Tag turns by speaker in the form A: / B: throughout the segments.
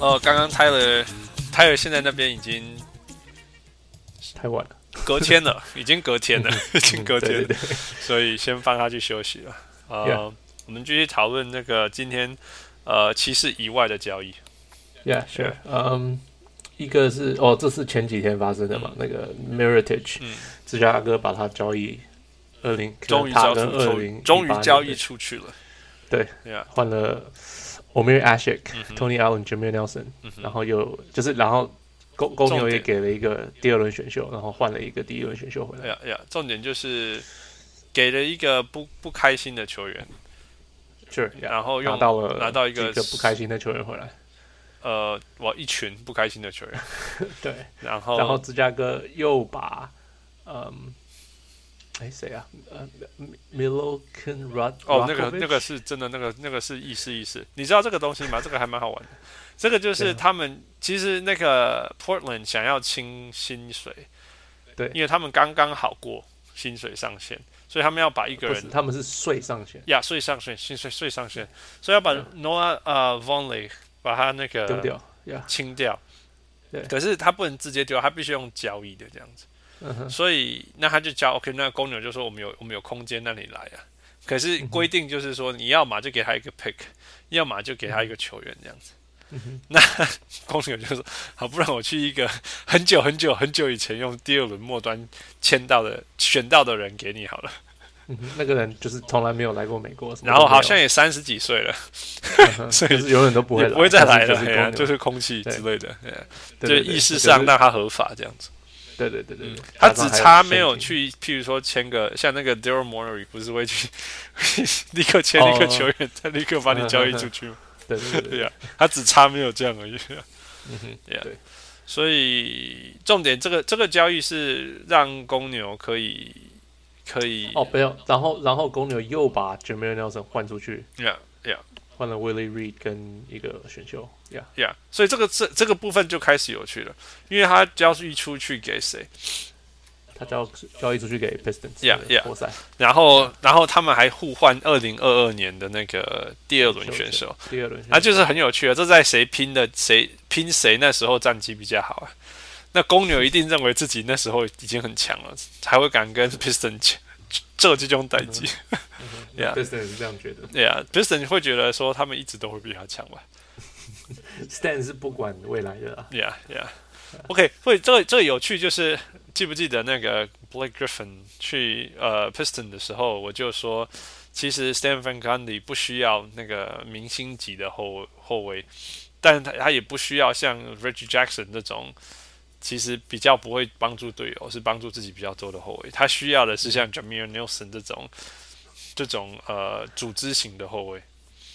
A: 呃，刚刚泰勒，泰勒现在那边已经
B: 太 晚了，
A: 隔天 了，已经隔天了，已经隔天
B: 嗯对
A: 了，
B: 对对，
A: 所以先放他去休息了。呃
B: Yeah
A: 我们继续讨论那个今天呃骑士以外的交易。
B: Yeah, sure. 嗯、一个是哦，这是前几天发生的嘛，那个 Meritage，、
A: 嗯
B: 芝加哥把他交易二零，
A: 终于
B: 他
A: 交
B: 跟二
A: 出，
B: 零
A: 终于交易出去了。
B: 对
A: ，Yeah，
B: 换了 Omer Ashik、
A: 嗯哼
B: Tony Allen、Jameer Nelson，、
A: 嗯哼
B: 然后又就是然后公公牛也
A: 重点
B: 给了一个第二轮选秀，然后换了一个第一轮选秀回来。
A: 哎呀呀，重点就是给了一个不不开心的球员，
B: Sure，yeah，
A: 然后
B: 拿
A: 用
B: 到了
A: 拿到一个
B: 几个不开心的球员回来。
A: 呃，哇，一群不开心的球员，
B: 对，
A: 然后
B: 然后芝加哥又把嗯。哎，谁啊？呃，Milokin Rod
A: 哦，那个那
B: Rakovic？
A: 个是真的，那个那个是意思意思。你知道这个东西吗？这个还蛮好玩的。这个就
B: 对
A: 是
B: 啊
A: 他们其实那个 Portland 想要清薪水，
B: 对
A: 因为他们刚刚好过薪水上限，所以他们要把一个
B: 不是，
A: 人
B: 他们是税上限，
A: 呀税上限薪水税上限，所以要把
B: 啊
A: Noah 呃 Vonley 把他那个
B: 对不对？Yeah，
A: 清掉。
B: 对
A: 可是他不能直接丢，他必须用交易的这样子。
B: 嗯哼，
A: 所以那他就交 OK，那公牛就说我们有我们有空间，那你来啊。可是
B: 嗯
A: 规定就是说，你要么就给他一个 pick，要么就给他一个球员这样子。
B: 嗯哼
A: 那公牛就说：“好，不然我去一个很久很久很久以前用第二轮末端签到的选到的人给你好了。
B: 嗯哼那个人就是从来没有来过美国，什”么
A: 然
B: 都
A: 后
B: 没有
A: 好像也三十几岁了，
B: 嗯哼
A: 所以
B: 就是永远都不会
A: 也不会再来了，哎
B: 但是
A: 呀，
B: 就
A: 就是是空气
B: 对
A: 之类的，哎呀
B: 公牛
A: 就
B: 对对对
A: 意识
B: 就
A: 上
B: 是
A: 让他合法这样子。
B: 对对对对
A: 嗯
B: 对，
A: 他
B: 加
A: 只
B: 上还
A: 差没有
B: 现
A: 去，
B: 金，
A: 譬如说签个像那个 Daryl Morey 不是会去 立刻签
B: 哦
A: 立刻球员，再立刻把你交易出去 吗？
B: 对对对
A: 对啊
B: 对，
A: 呀，他只差没有这样而已。
B: 嗯哼，
A: Yeah
B: 对
A: 所以重点这个这个交易是让公牛可以可以
B: 哦，没有，然后然后公牛又把 Jameer Nelson 换出去，
A: ，yeah yeah
B: 换了 Willie Reed 跟一个选秀，Yeah，
A: yeah，所以这个这这个部分就开始有趣了，因为他交易出去给谁，
B: 他交交易出去给 Pistons，
A: Yeah，
B: 对
A: yeah
B: 活塞
A: 然后然后他们还互换二零二二年的那个第二轮选手，
B: 第二轮选秀，
A: 啊，就是很有趣啊，这在谁拼的谁拼谁那时候战绩比较好啊。那公牛一定认为自己那时候已经很强了，才会敢跟 Piston 这这种代际。Yeah
B: Pistons 嗯是这样觉得
A: 对啊，Piston 会觉得说他们一直都会比他强吧
B: ，Stan 是不管未来的啦，啊
A: ？Yeah yeah。OK，所以这个这个有趣就是，记不记得那个 Blake Griffin 去呃 Piston 的时候，我就说，其实 Stan Van Gundy 不需要那个明星级的后后卫，但他他也不需要像 Reggie Jackson 这种，其实比较不会帮助队友，是帮助自己比较多的后卫。他需要的是像 Jameer Nelson 这种这种呃组织型的后卫，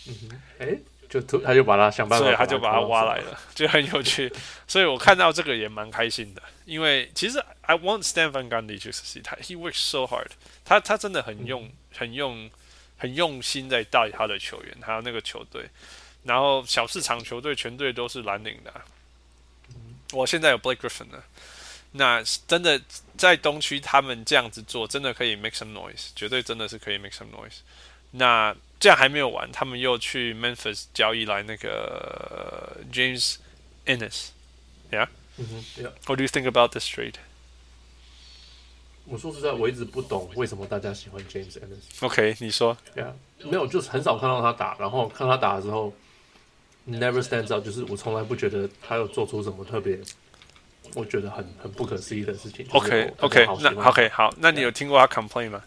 B: 嗯哼，哎，就突他就把他想办法
A: 所
B: 把
A: 以
B: 他
A: 他
B: 抓到手，
A: 就把他挖来了， 就很有趣。所以我看到这个也蛮开心的，因为其实 I want Stan Van Gundy to succeed. 他 He works so hard. 他他真的很
B: 嗯
A: 用、很用很用心在带他的球员，还有那个球队。然后小市场球队全队都是蓝领的啊、
B: 嗯
A: 我现在有 Blake Griffin 了。那真的在东区，他们这样子做，真的可以 make some noise，绝对真的是可以 make some noise。那这样还没有完，他们又去 Memphis 交易来那个呃 James Ennis。
B: 嗯哼，对啊。
A: What do you think about this trade?
B: 我说实在，我一直不懂为什么大家喜欢 James Ennis。
A: OK，你说
B: 对啊，没有，就是很少看到他打，然后看他打的时候，never stands out，就是我从来不觉得他有做出什么特别，我觉得很很不可思议的事情。就是
A: ？OK
B: 我
A: OK，
B: 我好喜
A: 那
B: 欢
A: OK 好，那你有听过他 complain 吗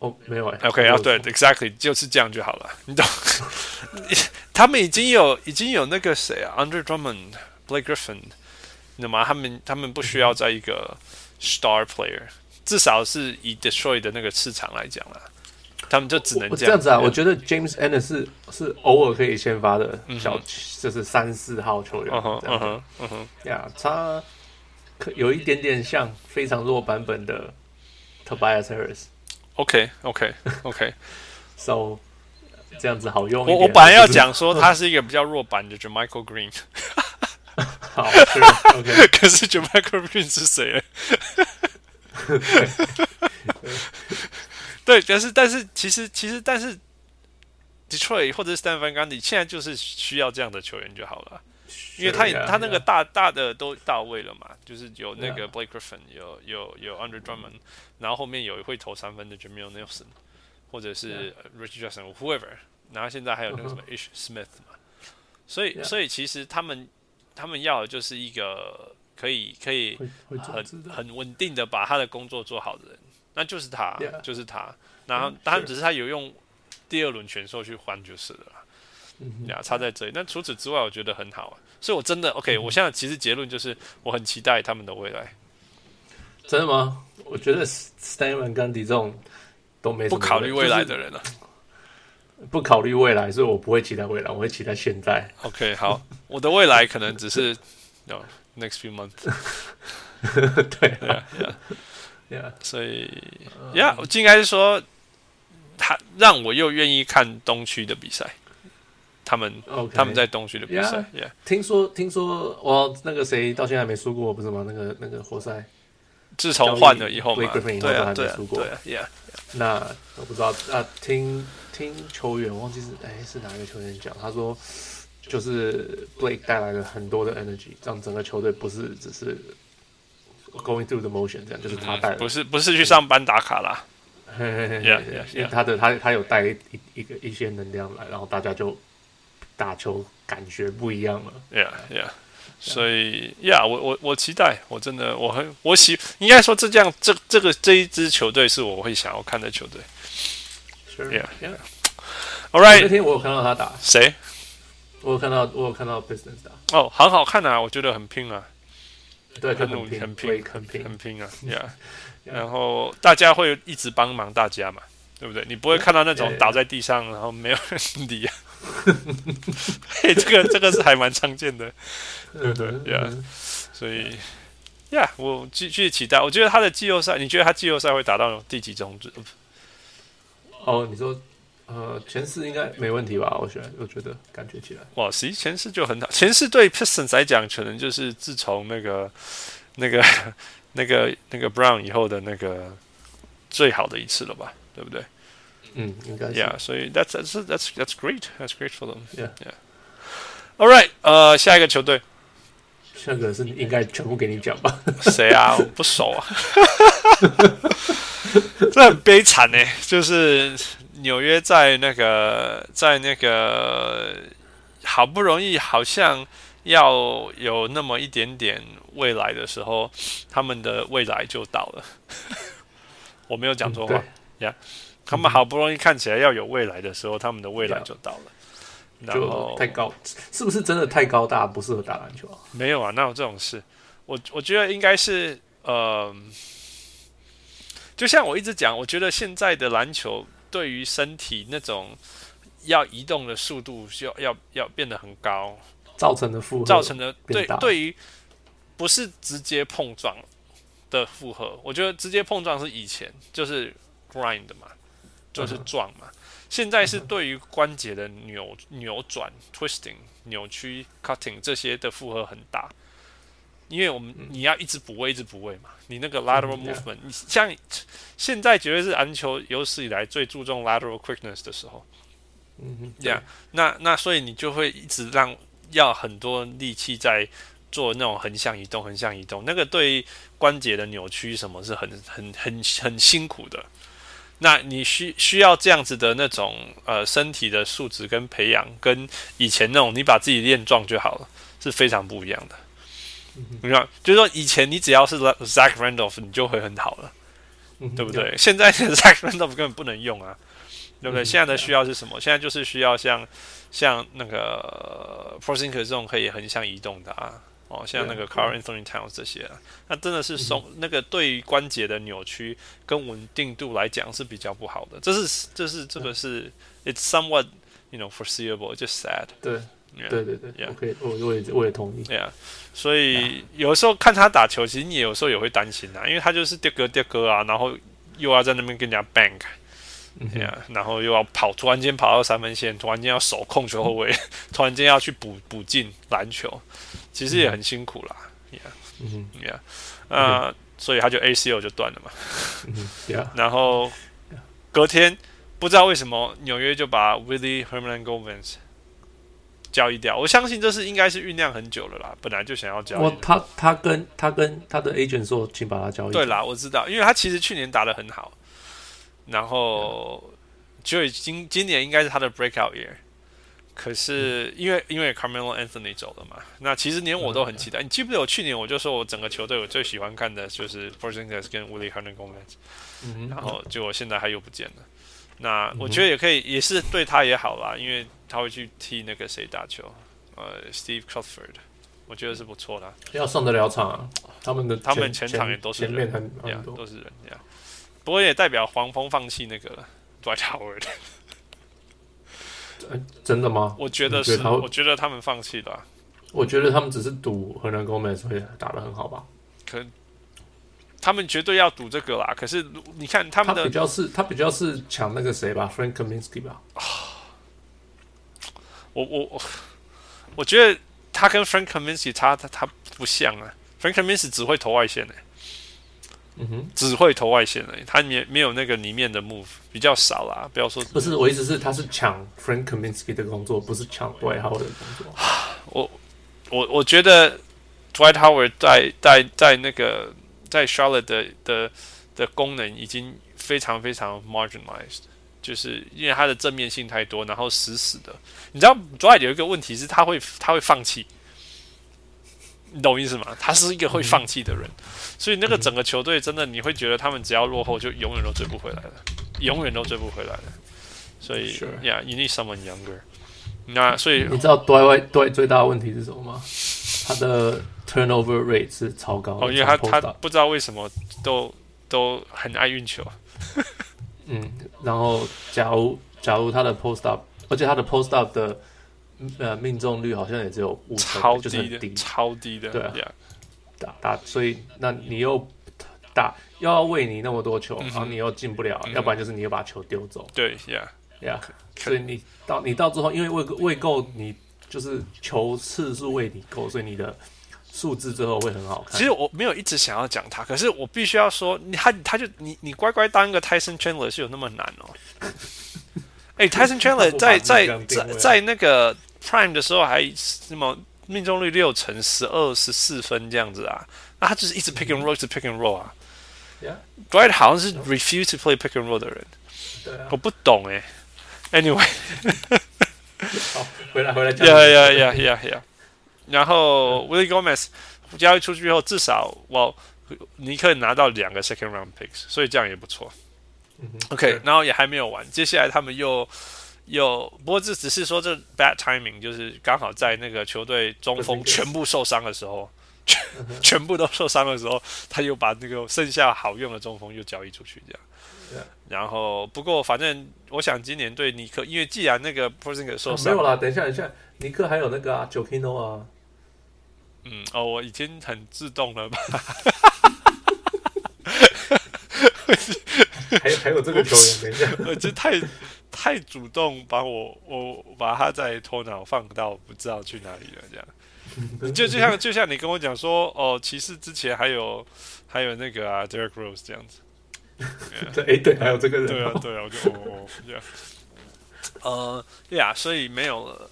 B: 哦，没有哎、
A: ？OK 啊，对，exactly 就是这样就好了，你懂？ 他们已经有已经有那个谁啊，Andre Drummond、Blake Griffin，那么他们他们不需要在一个 star player，至少是以 Detroit 的那个市场来讲啦，他们就只能
B: 我
A: 这
B: 这
A: 样
B: 样子啊，
A: 对
B: 我觉得 James Ennis 是是偶尔可以先发的小，就是三四号球员
A: 嗯哼
B: 这
A: 嗯
B: 样子。
A: 哼嗯哼。
B: 呀、他可有一点点像非常弱版本的 Tobias Harris。
A: OK OK OK，
B: So 这样子好用一
A: 我我
B: 点。
A: 本来要讲说他是一个比较弱版的 Jermichael Green，
B: 好是，OK，
A: 可是 Jermichael Green 是 谁？对，但是但是其实其实但是 Detroit 或者是 Stan Van Gundy 现在就是需要这样的球员就好了。 因为
B: Sure,
A: 他也
B: yeah,
A: 他那个
B: yeah.
A: 大大的都到位了嘛，就是有那个
B: Yeah.
A: Blake Griffin，有有有 Andre Drummond，然后后面有会投三分的 Jamil Nelson，或者是 Richard Jackson，whoever，然后现在还有那个什么 Ish Smith 嘛，所以
B: Yeah.
A: 所以其实他们他们要的就是一个可以可以
B: 会会组织
A: 很
B: 的，
A: 很稳定的把他的工作做好的人，那就是他
B: Yeah.
A: 就是他，然后
B: Mm,
A: 当然
B: sure.
A: 只是他有用第二轮选秀去换就是了啦。
B: 嗯
A: 呀，差在这里。但除此之外，我觉得很好啊。所以我真的 OK，我现在其实结论就是，我很期待他们的未来。
B: 真的吗？我觉得 Stanman 跟 D 这种都没什
A: 不
B: 么
A: 考虑未来的
B: 就是
A: 人啊。
B: 不考虑未来，所以我不会期待未来，我会期待现在。
A: OK，好，我的未来可能只是 no next few months。对啊，
B: 对啊
A: 对啊
B: 对啊，
A: 所以
B: 嗯
A: 呀，我应该是说，他让我又愿意看东区的比赛。他们
B: OK
A: 他们在东区的比赛，Yeah，
B: 听说听说，哇，那个谁到现在还没输过，不是吗？那个那个活塞，
A: 自从换了以后嘛，
B: Blake Griffin 以后
A: 对
B: 都
A: 啊，
B: 还
A: 对
B: 没
A: 啊
B: 输，过
A: 对啊，Yeah。
B: 那我不知道啊，听听球员忘记是哎是哪个球员讲，他说就是 Blake 带来了很多的 energy，让整个球队不是只是 going through the motion 这样，就是他带了
A: 嗯不是不是去上班打卡啦，
B: 嘿嘿嘿
A: Yeah,
B: 嘿
A: yeah,
B: 因为他的他他有带一一个一些能量来，然后大家就打球感觉不一样了。
A: Yeah, yeah. 所以，Yeah，我我我期待，我真的我很我喜，应该说这这样这这个这一支球队是我会想要看的球队。
B: 是
A: Yeah,
B: yeah.
A: All
B: 那
A: right，
B: 天我有看到他打，
A: 谁？
B: 我有看到我有看到 Business 打，
A: 哦，很好看啊，我觉得很拼啊，
B: 对，就
A: 很努很
B: 拼，很
A: 拼
B: 很
A: 很
B: 拼。
A: 拼 啊，Yeah。
B: Yeah
A: 然后大家会一直帮忙大家嘛，对不对？你不会看到那
B: Yeah,
A: 种
B: yeah.
A: 倒在地上然后没有人理啊。 嘿，这个这个是还蛮常见的。
B: 对
A: 对，yeah 所以，Yeah，我继继续期待。我觉得他的季后赛，你觉得他季后赛会打到第几种子？
B: 哦，你说呃前四应该没问题吧？我觉得我觉得感觉起来，
A: 哇，其实前四就很好。前四对 Pistons 来讲，可能就是自从那个、那个、那个、那个 Brown 以后的那个最好的一次了吧，对不对
B: 嗯，应该是。
A: ？Yeah，所以 that's that's that's that's great. That's great for them.
B: Yeah.
A: All right，呃，下一个球队
B: 下个是应该全部给你讲吧？
A: 谁 啊？我不熟啊， 这很悲惨呢、就是纽约在那个在那个好不容易好像要有那么一点点未来的时候，他们的未来就倒了。 我没有讲错话。
B: 嗯对，
A: 他们好不容易看起来要有未来的时候，他们的未来就到了。然后
B: 嗯啊就太高，是不是真的太高大不适合打篮球啊？
A: 没有啊，哪有这种事？我我觉得应该是，呃，就像我一直讲，我觉得现在的篮球对于身体那种要移动的速度需要要要变得很高，
B: 造成的负荷，
A: 造成的对
B: 变大
A: 对于不是直接碰撞的负荷，我觉得直接碰撞是以前就是 grind 嘛，就是
B: 嗯哼嗯
A: 撞嘛。现在是对于关节的扭扭转 twisting 扭曲 cutting 这些的负荷很大，因为我们你要一直补位一直补位嘛，你那个 lateral
B: 嗯嗯，yeah
A: movement，你像现在绝对是篮球有史以来最注重 lateral quickness 的时候。
B: 嗯哼，
A: Yeah，那那所以你就会一直让要很多力气在做那种横向移动、横向移动，那个对关节的扭曲什么是很很很很辛苦的。那你需需要这样子的那种呃身体的素质跟培养，跟以前那种你把自己练壮就好了，是非常不一样的。你看，就是说以前你只要是 Zach Randolph，你就会很好了。
B: 嗯哼
A: 对不对？？现在的 Zach Randolph 根本不能用啊，对不对？
B: 嗯
A: 现在的
B: 对啊
A: 需要是什么？现在就是需要像像那个 p r o s i n g e r 这种可以横向移动的啊，哦，像那
B: 对嗯
A: 个
B: 啊
A: Carl Anthony Towns 这些、啊，那真的是松、那个对于关节的扭曲跟稳定度来讲是比较不好的。这是这是这
B: 嗯
A: 个是 It's somewhat you know foreseeable, just sad.
B: 对
A: Yeah.
B: 对对对
A: Yeah.
B: 我可以，我我也我也同意。
A: 对啊，所以有时候看他打球，其实你有时候也会担心啊，因为他就是跌哥跌哥啊，然后又要在那边跟人家 bank，
B: 嗯
A: 对啊，然后又要跑，突然间跑到三分线，突然间要守控球后卫， 突然间要去补补进篮球，其实也很辛苦啦。
B: 嗯哼
A: Yeah，呃所以他就 ACL 就断了嘛。
B: 嗯哼，对啊，
A: 然后隔天不知道为什么纽约就把 Willie Herman Gomez 交易掉。我相信这是应该是酝酿很久了啦，本来就想要交易
B: 我
A: 的。
B: 他他跟他跟他的 agent 说，请把他交易。
A: 对，啦，我知道，因为他其实去年打得很好，然后就已经今年应该是他的 breakout year。可是因为因为 Carmelo Anthony 走了嘛，那其实连我都很期待。你记不记得我去年我就说我整个球队我最喜欢看的就是 Porzingis 跟 Willie Hernan Gomez，
B: 嗯
A: 然
B: 哼，
A: 后结果现在他又不见了。那我
B: 嗯哼
A: 觉得也可以，也是对他也好啦，因为他会去替那个谁打球，呃，Steve Cuthbert，我觉得是不错的啊。
B: 要上得了场啊，他们的
A: 他们前场也都是
B: 前面
A: 人
B: 很
A: 呀
B: 很，多
A: 都是人呀。不过也代表黄蜂放弃那个了 Dwight Howard，
B: 真的吗？
A: 我觉得
B: 你觉得
A: 是，
B: 他会
A: 我觉得他们放弃了啊、
B: 我觉得他们只是赌荷兰 Gomez 会打得很好吧。
A: 可他们绝对要赌这个啦。可是如你看他
B: 他
A: 们的，
B: 比较是，他比较是抢那个谁吧，Frank Kaminsky 吧。
A: 我我我，我觉得他跟 Frank Kaminsky 他他他不像啊，Frank Kaminsky 只会投外线的、
B: 嗯哼，
A: 只会投外线而已，他没没有那个里面的 move 比较少啦，不要说
B: 不是，我意思是他是抢 Frank Kaminsky 的工作，不是抢 d w i g h 的 工作。
A: 我我我觉得 Dwight Howard 在在在那个在 Charlotte 的的的功能已经非常非常 marginalized，就是因为他的正面性太多，然后死死的。你知道 Dwight 有一个问题是他会他会放弃，你懂我意思吗？他是一个会放弃的人，所以那个整个球队真的你会觉得他们只要落后就永远都追不回来了，永远都追不回来了。所以
B: Sure.
A: ，Yeah，you need someone younger。那所以
B: 你知道 d w i g h d w i g h 最大的问题是什么吗？他的 turnover rate 是超高的。
A: 哦，因为他
B: 从
A: 他
B: post up
A: 不知道为什么都都很爱运球，
B: 嗯，然后假如假如他的 post up，而且他的 post up 的呃命中率好像也只有五成，
A: 超
B: 就是很
A: 低的，
B: 低
A: 超低的，
B: 对啊
A: yeah，
B: 打打，所以那你又打又要喂你那么
A: 嗯
B: 多球，然后你又进不了，要不然就是你又把球丢走。
A: 对，yeah，
B: 哎呀、所以你到你到最后，因为喂喂够你就是球次数喂你够，所以你的数字最后会很好看。
A: 其实我没有一直想要讲他，可是我必须要说，你他他就你你乖乖当一个 Tyson Chandler 是有那么难 哦。哎、t y s o n Chandler 在在在
B: 啊
A: 在那个 Prime 的时候还什么命中率六成、十二、十四分这样子啊，那他就是一直 pick and roll，一直 pick and roll 啊。
B: Yeah
A: Dwight 好像是 refuse to play pick and roll 的人，
B: 对啊
A: 我，不懂哎、Anyway，
B: 好，回来回来讲。
A: 呀呀 呀呀呀！然
B: 嗯
A: 后 Willie Gomez 交易出去后，至少我尼克拿到两个 second round picks，所以这样也不错。
B: 嗯哼
A: OK，
B: 对
A: 然后也还没有完，接下来他们又又，不过这只是说这 bad timing，就是刚好在那个球队中锋
B: Porzingis
A: 全部受伤的时 候，全
B: 嗯
A: 全部都受伤的时候，他又把那个剩下好用的中锋又交易出去，这样。然后不过反正我想今年对尼克，因为既然那个 p o r z i n g 受
B: 没
A: 伤，
B: 有啦，等一下等一下，尼克还有那个啊 j o k i n o 啊，
A: 嗯，哦，我已经很自动了吧？
B: 还有还有这个球员，等一下。
A: 我就太太主动，把我我把他在头脑放到不知道去哪里了，这样。就就像就像你跟我讲说，哦，骑士之前还有还有那个啊，Derek Rose 这样子。
B: 对，哎对，还有这个人。
A: 对啊，对啊，我就哦哦，这样。 呃，对啊，所以没有了，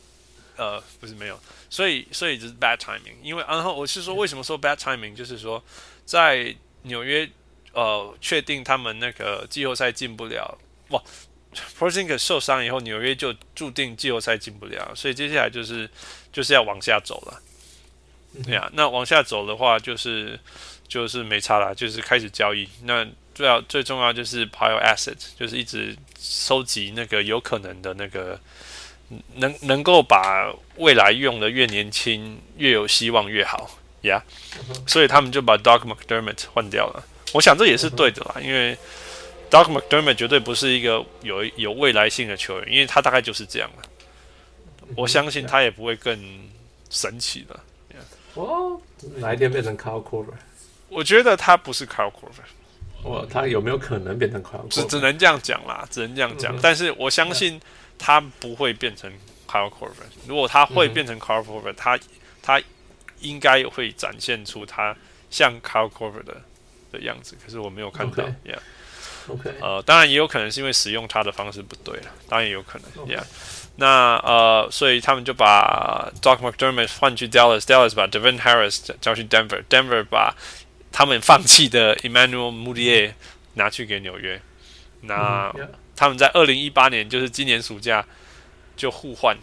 A: 呃，不是没有，所以所以就是 bad timing，因为然后我是说为什么说 bad timing，就是说在纽约呃确定他们那个季后赛进不了，哇 p o r z i n g i s 受伤以后，纽约就注定季后赛进不了，所以接下来就是就是要往下走了。对啊，那往下走的话，就是就是没差啦，就是开始交易。那最要最重要就是 pile asset，就是一直收集那个有可能的那个能能够把未来用的越年轻越有希望越好呀。所以他们就把 Doc McDermott 换掉了。我想这也是对的啦，因为 Doc McDermott 绝对不是一个有有未来性的球员，因为他大概就是这样了。我相
B: 嗯
A: 信他也不会更神奇的。
B: 哦，哪一天变成 Kyle Korver？
A: 我觉得他不是 Kyle Korver，
B: 哇，他有没有可能变成 Kyle
A: 只只
B: Korver？
A: 能这样讲啦，只能这样讲。但是我相信他不会变成 Kyle Korver。如果他会变成 Kyle Korver，、他他应该会展现出他像 Kyle Korver 的的样子。可是我没有看到
B: OK
A: y e a h
B: OK，
A: 呃，当然也有可能是因为使用它的方式不对了，当然也有可能，Yeah。那呃，所以他们就把 Doc McDermott 换去 Dallas，Dallas 把 Devin Harris 交去 Denver，Denver 把他们放弃的 Emmanuel Mudiay 拿去给纽约。那
B: Yeah
A: 他们在二零一八年，就是今年暑假就互换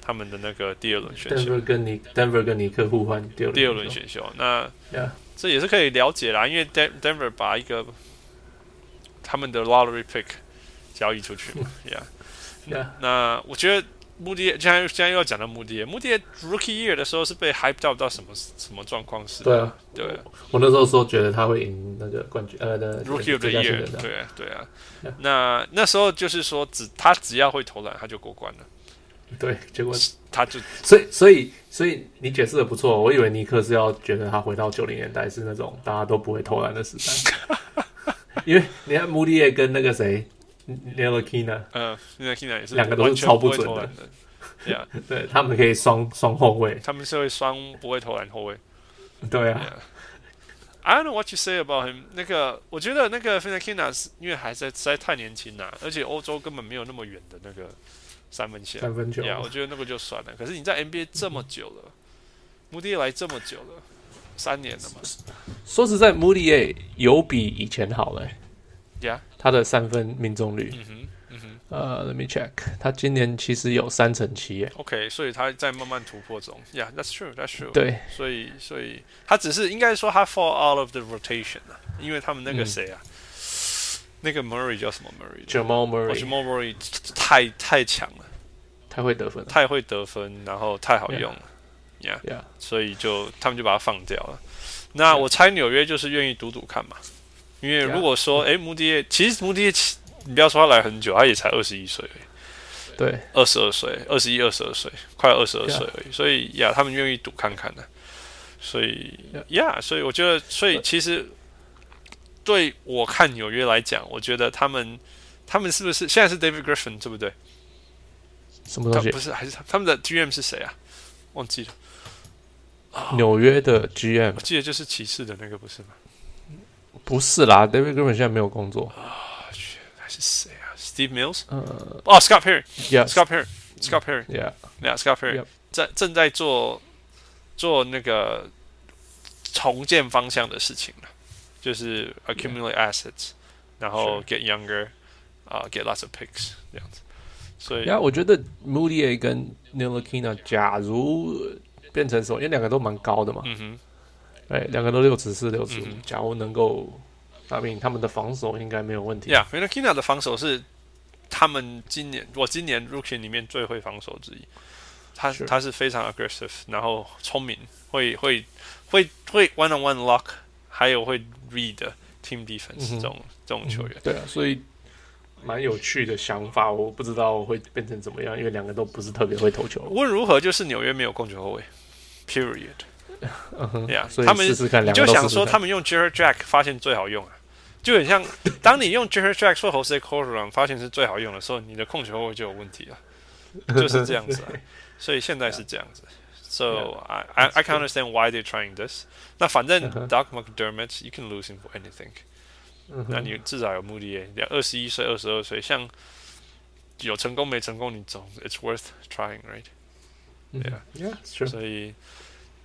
A: 他们的那个第二轮选秀，
B: Denver 跟尼 Denver 跟尼克互换第二轮
A: 第二轮选秀。那
B: Yeah
A: 这也是可以了解啦，因为 Den Denver 把一个他们的 lottery pick 交易出去 嘛，Yeah。
B: Yeah
A: 那我觉得穆迪，既然既然又要讲到穆迪，穆迪 rookie year 的时候是被 hype 到到什么什么状况是？
B: 对啊，
A: 对啊
B: 我那时候说觉得他会赢那个冠军，呃，那个
A: ，rookie of the
B: 最佳新
A: year，
B: 人的
A: 对啊对啊
B: Yeah。
A: 那那时候就是说只他只要会投篮他就过关了，
B: 对，结果
A: 他就
B: 所以所以所以你解释的不错，我以为尼克是要觉得他回到九零年代是那种大家都不会投篮的时代， 因为你看穆利叶跟那个谁 n e l k i n a
A: 呃，现在现在也是
B: 两个都是
A: 完全
B: 超
A: 不
B: 不
A: 会
B: 准
A: 投
B: 的
A: 篮的，对啊，
B: 对他们可以双双后卫，
A: 他们是会双不会投篮后卫。
B: 对啊，
A: I don't know what you say about him。那个，我觉得那个 f e n a k i n a 是因为还在实在太年轻了、而且欧洲根本没有那么远的那个三分线。
B: 三分球，
A: 呀，我觉得那个就算了。可是你在 NBA 这么久了，穆迪来这么久了，三年了嘛。
B: 说实在，穆利叶有比以前好欸嘞、
A: 呀、
B: 他的三分命中率，
A: 嗯哼，嗯哼
B: 呃，Let me check，他今年其实有三成七耶，
A: ，OK，所以他在慢慢突破中。Yeah，that's true，that's true。
B: 对，
A: 所以，所以他只是应该说他 fall out of the rotation 啊，因为他们那个
B: 嗯
A: 谁啊，那个 Murray 叫什么 Murray？
B: Jamal
A: 我觉得 Murray
B: Murray
A: 太太强了。
B: 太会得分了
A: 太会得分，然后太好用了
B: ，Yeah，
A: 所以就他们就把它放掉了。那我猜纽约就是愿意赌赌看嘛，因为
B: Yeah
A: 如果说，诶，穆迪耶，其实穆迪耶，其你不要说他来很久，他也才二十一岁而已，
B: 对，
A: 二十二岁，二十一、二十二岁，快二十二
B: Yeah
A: 岁而已。所以呀他们愿意赌看看的。所以呀所以我觉得，所以其实对我看纽约来讲，我觉得他们他们是不是现在是 David Griffin 对不对？
B: 什么
A: 他
B: 东西
A: 不？是还是他他们的 GM 是谁啊？忘记了。啊
B: 纽约的 GM
A: 我记得就是骑士的那个，不是吗？
B: 不是啦，David Griffin 现在没有工作。
A: 啊，去还是谁啊？Steve Mills？
B: 呃
A: 哦，Scott Perry，Scott
B: ，Yeah，Yeah，
A: Perry，Scott Perry，yeah, Scott Perry
B: Yep
A: 在正在做做那个重建方向的事情了，就是 accumulate assets，然后
B: Sure
A: get younger，啊，get lots of picks 这样子。所以
B: 然后我觉得 Moody 跟 n i l a k i n a 假如变成什么，因为两个都蛮高的嘛，
A: 嗯哼，
B: 哎，两个都六尺四、六尺五
A: 嗯哼，
B: 假如能够，I mean 他们的防守应该没有问题。
A: Yeah，原来 Kina 的防守是他们今年我今年 Rookie 里面最会防守之一。他
B: 是
A: 他是非常 aggressive，然后聪明，会会会会 one on one lock，还有会 read team defense
B: 嗯哼
A: 这种、这种球员。
B: 对啊，所以蛮有趣的想法，我不知道会变成怎么样，因为两个都不是特别会投球。
A: 无论如何，就是纽约没有控球后卫，period。
B: 嗯哼
A: Yeah，
B: 所以
A: 他们
B: 试试看，
A: 你
B: 两个
A: 就
B: 都
A: 想
B: 试
A: 说
B: 试
A: 他
B: 看。
A: 们用 Jared Jack 发现最好用啊，就很像当你用 Jared Jack 说 Jose c o r d o n 发现是最好用的时候，你的控球后卫就有问题了，就是这样子啊。 所以现在是这样子。So I I I can understand why they're trying this. 那反正
B: Uh-huh.
A: Doc McDermott you can lose him for anything.
B: 嗯哼
A: 那你至少有目的，两二十一岁、二十二岁，像有成功没成功，你总 it's worth trying, right?
B: 嗯
A: Yeah
B: Yeah, sure.
A: 啊所以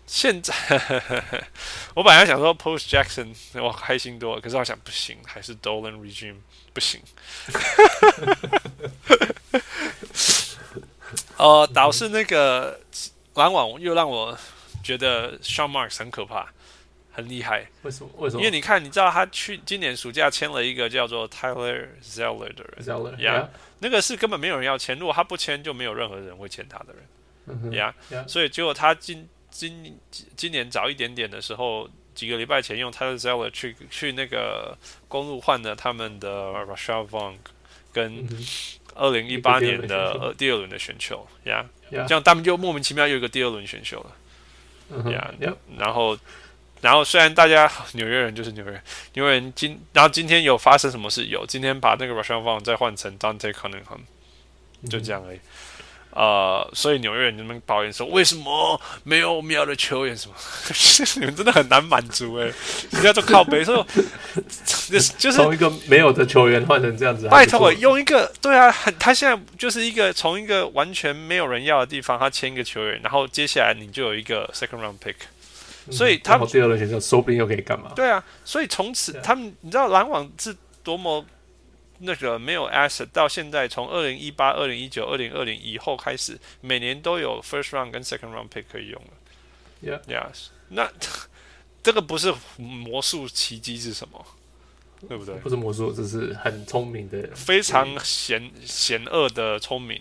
A: 现在 我本来想说 Post Jackson 我开心多了，可是我想不行，还是 Dolan regime 不行。 哦，导致那个篮网又让我觉得 Sean Marks 很可怕，很厉害。
B: 为什么？为什么？
A: 因为你看，你知道他去今年暑假签了一个叫做 Tyler Zeller 的人，
B: Zeller,
A: Yeah 那个是根本没有人要签，如果他不签，就没有任何人会签他的人。
B: 嗯哼
A: 呀、
B: Yeah
A: 所以结果他今今今年早一点点的时候，几个礼拜前用 Tyler Zeller 去去那个公路换了他们的 Rashad Vaughn 跟
B: 嗯哼
A: 二零一八
B: 一个
A: 年
B: 第二轮
A: 的
B: 选秀
A: 呃第二轮的选秀呀
B: Yeah
A: 这样他们就莫名其妙又有一个第二轮选秀了。
B: 嗯哼
A: Yeah，
B: Yep
A: 然后，然后虽然大家纽约人就是纽约人，纽约人今然后今天有发生什么事？有，今天把那个 Russian Vaughn 再换成 Dante Cunningham，就这样而已。呃，所以纽约人你们抱怨说为什么没有我们要的球员什么， 你们真的很难满足诶、人家都靠北说，就是就是
B: 从一个没有的球员换成这样子，
A: 拜托，
B: 还不错
A: 用一个对啊，很他现在就是一个从一个完全没有人要的地方，他签一个球员，然后接下来你就有一个 second round pick，所以他
B: 嗯然
A: 们
B: 后第二轮选秀说不定又可以干嘛？
A: 对啊，所以从此
B: 对啊
A: 他们，你知道篮网是多么那个没有 asset，到现在从二零一八、二零一九、二零二零以后开始，每年都有 first round 跟 second round pick 可以用了。
B: Yeah.
A: Yeah，那 这个不是魔术奇迹是什么？对不对？
B: 不是魔术，这是很聪明的。
A: 非常险险恶的聪明。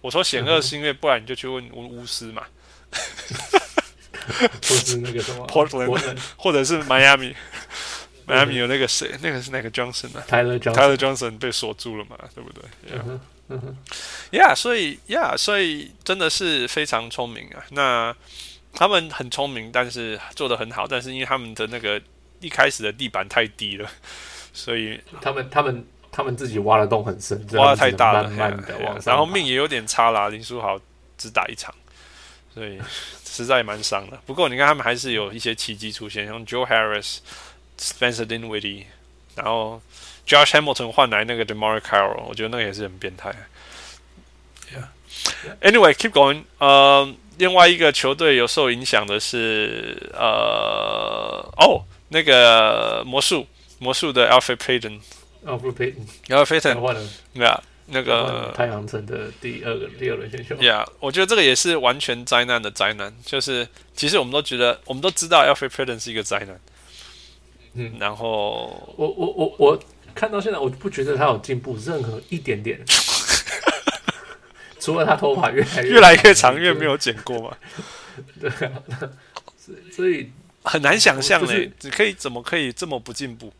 A: 我说险恶是因为不然你就去问巫巫师嘛，
B: 或是那个什么
A: Portland
B: 波特
A: 或者是迈 阿密，迈阿密有那个谁，那个是那个 Johnson 啊
B: Tyler Johnson，
A: ，Tyler Johnson 被锁住了嘛，对不对
B: 嗯哼嗯哼
A: ？Yeah，所以 Yeah，所以真的是非常聪明啊。那他们很聪明，但是做的很好，但是因为他们的那个一开始的地板太低了，所以
B: 他们他们他们自己挖的洞很深，
A: 挖的太大了，
B: 所以他们只能慢慢
A: 嘿
B: 的
A: 啊
B: 往上爬。
A: 然后命也有点差啦，林书豪只打一场，所以实在蛮伤的。不过你看他们还是有一些奇迹出现，像 Joe Harris、Spencer Dinwiddie，然后 Josh Hamilton 换来那个 Demar Carroll，我觉得那个也是很变态。Yeah. Anyway, keep going. 呃，另外一个球队有受影响的是呃哦，那个魔术魔术的 Alfred Payton。
B: 哦，不佩，
A: Alfred
B: 他
A: Payton，
B: 换了
A: 对啊，那
B: 他换了
A: 个
B: 太阳城的第二个第二轮选秀。
A: Yeah，我觉得这个也是完全灾难的灾难。就是其实我们都觉得，我们都知道 Alfred Payton 是一个灾难。
B: 嗯，
A: 然后
B: 我我我我看到现在，我不觉得他有进步任何一 点点，除了他头发越来
A: 越来越长，越没有剪过 嘛，
B: 对啊， 所以所以
A: 很难想象
B: 就
A: 嘞
B: 是。
A: 你可以怎么可以这么不进步？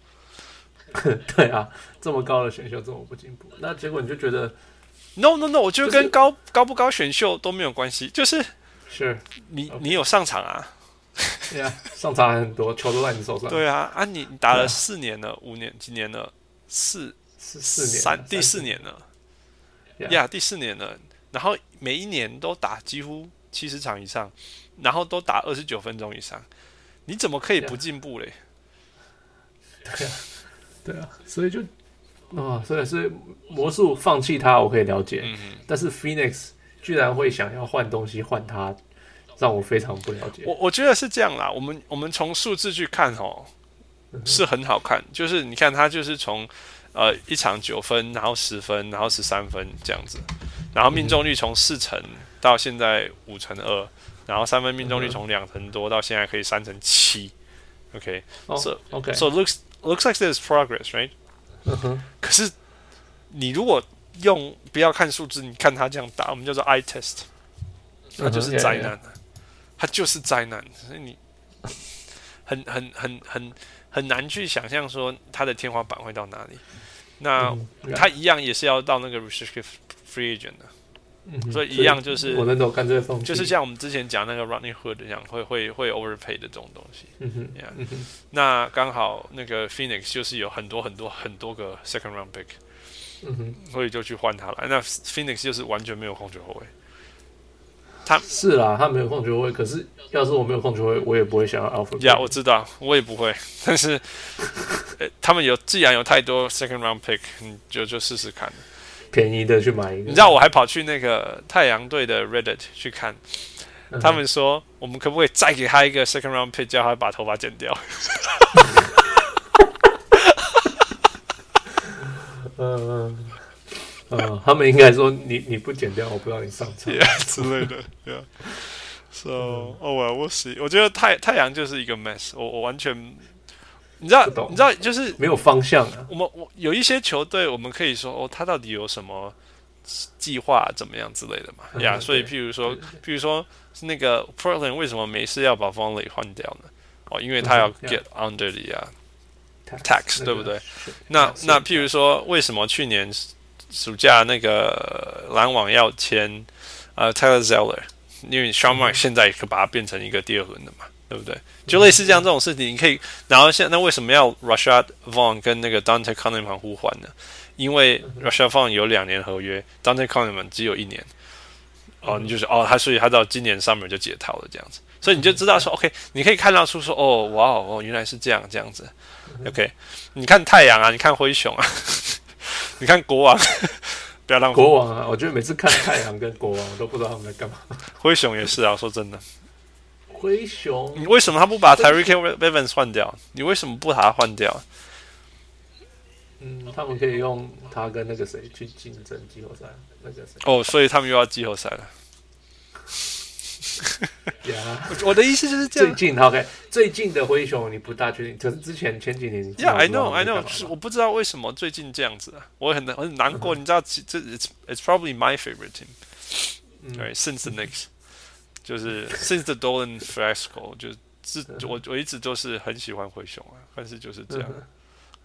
B: 对啊，这么高的选秀这么不进步，那结果你就觉得
A: No No No，我觉得
B: 就是
A: 跟高高不高选秀都没有关系，就是
B: 是
A: 你你有上场啊，
B: 对啊，上场很多，球都在你手上，，
A: 对啊啊，你你打了
B: 对啊
A: 四年了，五年几年了，四
B: 四四年
A: 三
B: 了
A: 第四
B: 年
A: 年了
B: Yeah
A: 呀第四年了。然后每一年都打几乎七十场以上，然后都打二十九分钟以上，你怎么可以
B: Yeah
A: 不进步嘞？
B: 对啊，所以就啊、所以所以魔术放弃他我可以了解，
A: 嗯，
B: 但是 Phoenix 居然会想要换东西换他，让我非常不了解。
A: 我我觉得是这样啦。我们我们从数字去看哦，
B: 嗯
A: 是很好看，就是你看他就是从呃一场九分，然后十分，然后十三分这样子，然后命中率从四成到现在五成二，然后三分命中率
B: 嗯哼
A: 从两成多到现在可以三成七，OK。
B: 哦、
A: so-
B: OK，
A: So looks looks like there's progress, right？
B: 嗯哼，
A: 可是你如果用不要看数字，你看他这样打，我们叫做 eye test，它
B: Uh-huh.
A: 就是灾难啊，它就是灾难，所以你很很很很很难去想象说它的天花板会到哪里。那
B: 嗯对啊
A: 它一样也是要到那个 restricted free agent 的，
B: 嗯哼
A: 所以一样就是
B: 我那时候干脆放弃，
A: 就是像我们之前讲那个 Rodney Hood 一样，会会会 overpay 的这种东西。
B: 嗯哼
A: Yeah
B: 嗯哼，
A: 那刚好那个 Phoenix 就是有很多很多很多个 second round pick，
B: 嗯哼，
A: 所以就去换他了。那 Phoenix 就是完全没有控球后
B: 嗯
A: 卫，他
B: 是啦，他没有控球位，可是要是我没有控球位，我也不会想要 Alpha。
A: 呀我知道，我也不会， 但是、呃他们有既然有太多 second round pick，你就就试试看。
B: 嗯便宜的去买一
A: 你
B: 个，
A: 知道我还跑去那个太阳队的 Reddit 去看，
B: 嗯
A: 他们说我们可不可以再给他一个 second round pick，叫他把头发剪掉？
B: 嗯嗯嗯，他们应该说你你不剪掉，我不让你上场。
A: yeah, 之类的，yeah。So，哦、oh,
B: 嗯
A: well,，we'll see。我觉得太太阳就是一个 mess，我我完全，你知道
B: 不，懂
A: 你知道，就是
B: 没有方向啊，
A: 我们我有一些球队，我们可以说哦，他到底有什么计划怎么样之类的嘛？
B: 嗯
A: 呀、
B: 对
A: 所以譬如说
B: 对对，
A: 譬如说是那个 Portland 为什么没事要把 v o n l e y 换掉呢？哦，因为他要
B: 嗯哼
A: get under the 啊
B: tax
A: tax，对不对？？
B: 那
A: 那
B: 个是
A: 那譬如说，为什么去年暑假那个呃篮网要签呃 Tyler Zeller？因为 s h a w m a r 现在也可以把它变成一个第二轮的嘛，对不对？就类似这样这种事情，你可以。然后现那为什么要 Rashad Vaughn 跟那个 Dante Cunningham 互换呢？因为 Rashad Vaughn 有两年合约，Dante Cunningham 只有一年。哦，你就是哦，他所以他到今年 summer 就解套了这样子，所以你就知道说，OK，你可以看到出说，哦，哇哦，哦原来是这样这样子，OK，你看太阳啊，你看灰熊啊， 你看国王， 不要浪费
B: 国王啊，我觉得每次看太阳跟国王，我都不知道他们在干嘛。
A: 灰熊也是啊，说真的，
B: 灰熊
A: 你为什么他不把 Tyreek Hill Evans 换掉？你为什么不把他换掉？
B: 嗯，他们可以用他跟那个谁去竞争季后赛，那个谁
A: 哦，所以他们又要季后赛了。
B: 呀。
A: 我的意思就是这
B: 最
A: 样。
B: 近 OK，最近的灰熊你不大确定，可是之前前几年你
A: Yeah, I
B: 知道
A: know,
B: 他
A: I
B: 们在
A: know
B: 干。嘛
A: 是
B: 吗
A: 我不知道为什么最近这样子啊，我很难很难过。你知道，其这 it's it's probably my favorite team,
B: 嗯
A: right? Since the Knicks，就是 since the Dolan fiasco，就是自我我一直都是很喜欢灰熊啊，但是就是这样
B: 嗯。